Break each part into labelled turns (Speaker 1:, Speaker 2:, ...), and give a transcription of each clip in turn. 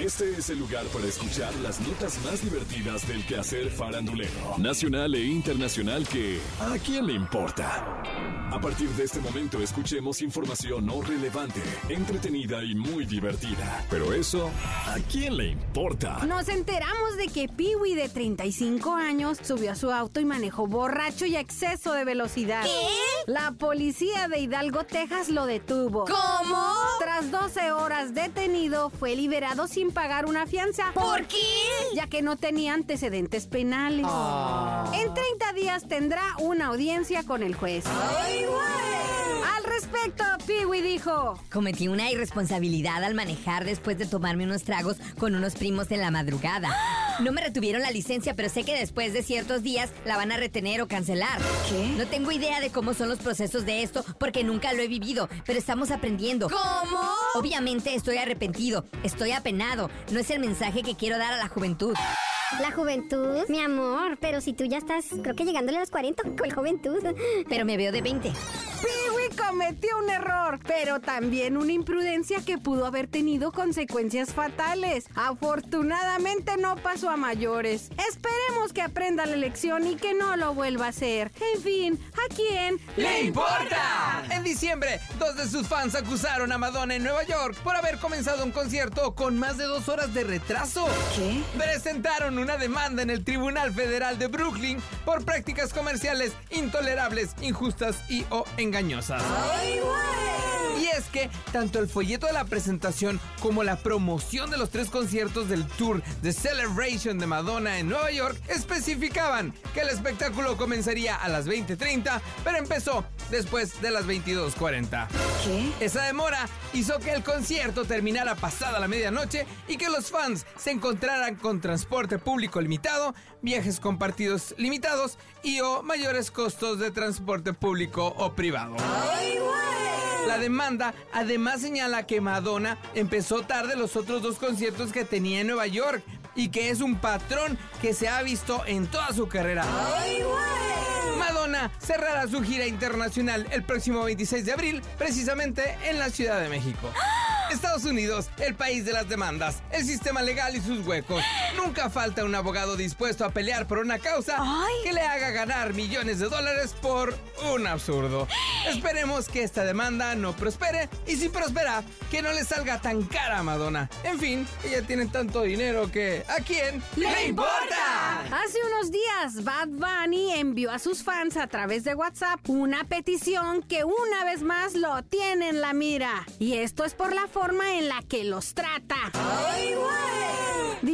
Speaker 1: Este es el lugar para escuchar las notas más divertidas del quehacer farandulero, nacional e internacional que ¿a quién le importa? A partir de este momento escuchemos información no relevante, entretenida y muy divertida. Pero eso, ¿a quién le importa?
Speaker 2: Nos enteramos de que Piwi de 35 años subió a su auto y manejó borracho y a exceso de velocidad.
Speaker 3: ¿Qué?
Speaker 2: La policía de Hidalgo, Texas lo detuvo.
Speaker 3: ¿Cómo?
Speaker 2: Tras 12 horas detenido, fue liberado sin pagar una fianza.
Speaker 3: ¿Por qué? Ah.
Speaker 2: Ya que no tenía antecedentes penales. En 30 días tendrá una audiencia con el juez.
Speaker 3: ¡Ay, güey!
Speaker 2: Al respecto, Piwi dijo.
Speaker 4: Cometí una irresponsabilidad al manejar después de tomarme unos tragos con unos primos en la madrugada. No me retuvieron la licencia, pero sé que después de ciertos días la van a retener o cancelar.
Speaker 2: ¿Qué?
Speaker 4: No tengo idea de cómo son los procesos de esto porque nunca lo he vivido, pero estamos aprendiendo.
Speaker 3: ¿Cómo?
Speaker 4: Obviamente estoy arrepentido, estoy apenado. No es el mensaje que quiero dar a la juventud.
Speaker 5: La juventud, mi amor, pero si tú ya estás, creo que llegándole a los 40 con la juventud.
Speaker 4: Pero me veo de 20.
Speaker 2: Piwi cometió un error, pero también una imprudencia que pudo haber tenido consecuencias fatales. Afortunadamente no pasó a mayores. Esperemos que aprenda la lección y que no lo vuelva a hacer. En fin, ¿a quién?
Speaker 6: ¡Le importa! En diciembre, dos de sus fans acusaron a Madonna en Nueva York por haber comenzado un concierto con más de dos horas de retraso.
Speaker 2: ¿Qué?
Speaker 6: Presentaron una demanda en el Tribunal Federal de Brooklyn por prácticas comerciales intolerables, injustas y o engañosas.
Speaker 3: ¡Ay, güey!
Speaker 6: Y es que tanto el folleto de la presentación como la promoción de los tres conciertos del tour de Celebration de Madonna en Nueva York especificaban que el espectáculo comenzaría a las 20:30, pero empezó después de las 22:40.
Speaker 2: ¿Qué?
Speaker 6: Esa demora hizo que el concierto terminara pasada la medianoche y que los fans se encontraran con transporte público limitado, viajes compartidos limitados y o mayores costos de transporte público o privado.
Speaker 3: ¡Ay, güey!
Speaker 6: La demanda además señala que Madonna empezó tarde los otros dos conciertos que tenía en Nueva York y que es un patrón que se ha visto en toda su carrera.
Speaker 3: ¡Ay, güey!
Speaker 6: Madonna cerrará su gira internacional el próximo 26 de abril, precisamente en la Ciudad de México. Estados Unidos, el país de las demandas, el sistema legal y sus huecos. Nunca falta un abogado dispuesto a pelear por una causa que le haga ganar millones de dólares por un absurdo. Esperemos que esta demanda no prospere y si prospera, que no le salga tan cara a Madonna. En fin, ella tiene tanto dinero que ¿a quién le importa?
Speaker 2: Hace unos días, Bad Bunny envió a sus fans a través de WhatsApp una petición que una vez más lo tiene en la mira. Y esto es por la forma en la que los trata,
Speaker 3: ¡Ay, güey!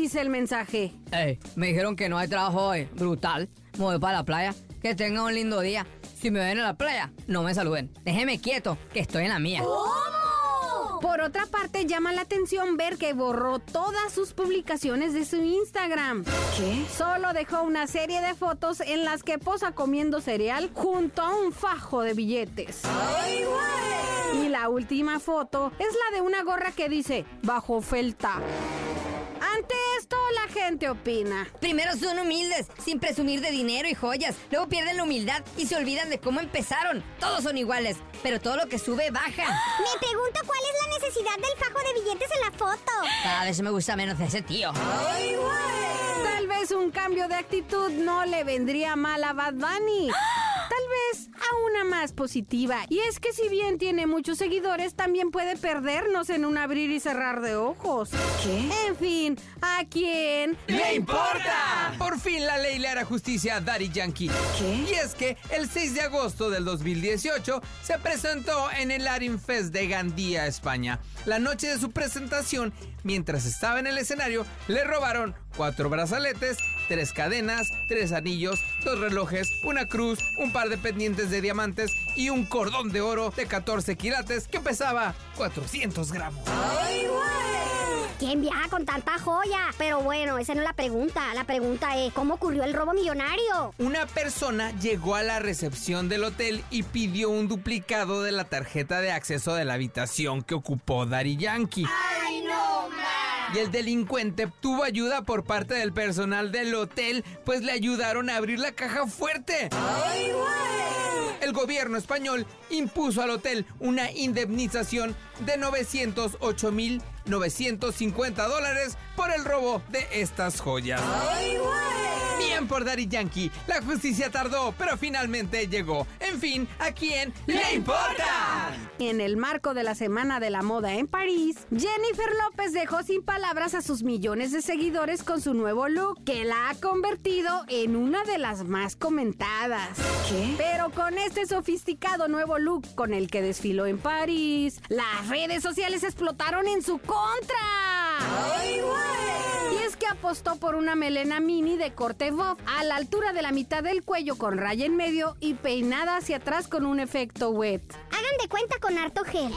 Speaker 2: dice el mensaje.
Speaker 4: Ey, me dijeron que no hay trabajo hoy. Brutal. Me voy para la playa. Que tengan un lindo día. Si me ven en la playa, no me saluden. Déjeme quieto, que estoy en la mía.
Speaker 2: Por otra parte, llama la atención ver que borró todas sus publicaciones de su Instagram. ¿Qué? Solo dejó una serie de fotos en las que posa comiendo cereal junto a un fajo de billetes.
Speaker 3: ¡Ay, güey!
Speaker 2: Y la última foto es la de una gorra que dice bajo felta. Ante esto la gente opina.
Speaker 4: Primero son humildes, sin presumir de dinero y joyas. Luego pierden la humildad y se olvidan de cómo empezaron. Todos son iguales, pero todo lo que sube baja.
Speaker 5: Me pregunto cuál es la necesidad del fajo de billetes en la foto.
Speaker 4: Cada vez me gusta menos ese tío.
Speaker 3: ¡Ay, güey!
Speaker 2: Tal vez un cambio de actitud no le vendría mal a Bad Bunny. Tal vez a una más positiva. Y es que si bien tiene muchos seguidores, también puede perdernos en un abrir y cerrar de ojos. ¿Qué? En fin, ¿a quién?
Speaker 6: ¡Le importa! Por fin la ley le hará justicia a Daddy Yankee. Y es que el 6 de agosto del 2018 se presentó en el Latin Fest de Gandía, España. La noche de su presentación, mientras estaba en el escenario, le robaron cuatro brazaletes, tres cadenas, tres anillos, dos relojes, una cruz, un par de pendientes de diamantes y un cordón de oro de 14 quilates que pesaba 400 gramos.
Speaker 3: ¡Ay, güey!
Speaker 5: ¿Quién viaja con tanta joya? Pero bueno, esa no es la pregunta. La pregunta es, ¿cómo ocurrió el robo millonario?
Speaker 6: Una persona llegó a la recepción del hotel y pidió un duplicado de la tarjeta de acceso de la habitación que ocupó Dari Yankee. Y el delincuente tuvo ayuda por parte del personal del hotel, pues le ayudaron a abrir la caja fuerte.
Speaker 3: ¡Ay, güey!
Speaker 6: El el gobierno español impuso al hotel una indemnización de 908.950 dólares por el robo de estas joyas. Bien por Daddy Yankee, la justicia tardó, pero finalmente llegó. En fin, ¿a quién le importa?
Speaker 2: En el marco de la Semana de la Moda en París, Jennifer López dejó sin palabras a sus millones de seguidores con su nuevo look, que la ha convertido en una de las más comentadas. ¿Qué? Pero con este sofisticado nuevo look con el que desfiló en París, las redes sociales explotaron en su contra. Y es que apostó por una melena mini de corte bob a la altura de la mitad del cuello con raya en medio y peinada hacia atrás con un efecto wet.
Speaker 5: Hagan de cuenta con harto gel.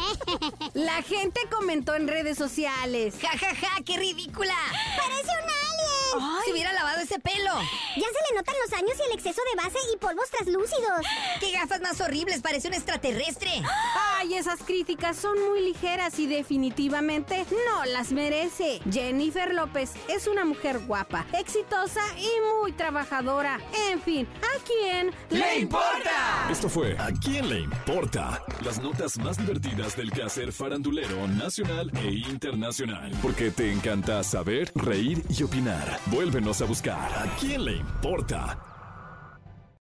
Speaker 2: La gente comentó en redes sociales.
Speaker 4: ¡Ja, ja, ja! ¡Qué ridícula!
Speaker 5: ¡Parece un alien!
Speaker 4: Se hubiera lavado ese pelo.
Speaker 5: Ya se le notan los años y el exceso de base y polvos translúcidos.
Speaker 4: ¡Qué gafas más horribles! Parece un extraterrestre.
Speaker 2: Ay, esas críticas son muy ligeras y definitivamente no las merece. Jennifer López es una mujer guapa, exitosa y muy trabajadora. En fin, ¿a quién
Speaker 6: ¡Le importa!
Speaker 1: Esto fue ¿A quién le importa? Las notas más divertidas del quehacer farandulero nacional e internacional. Porque te encanta saber, reír y opinar. Vuélvenos a buscar ¿A quién le importa?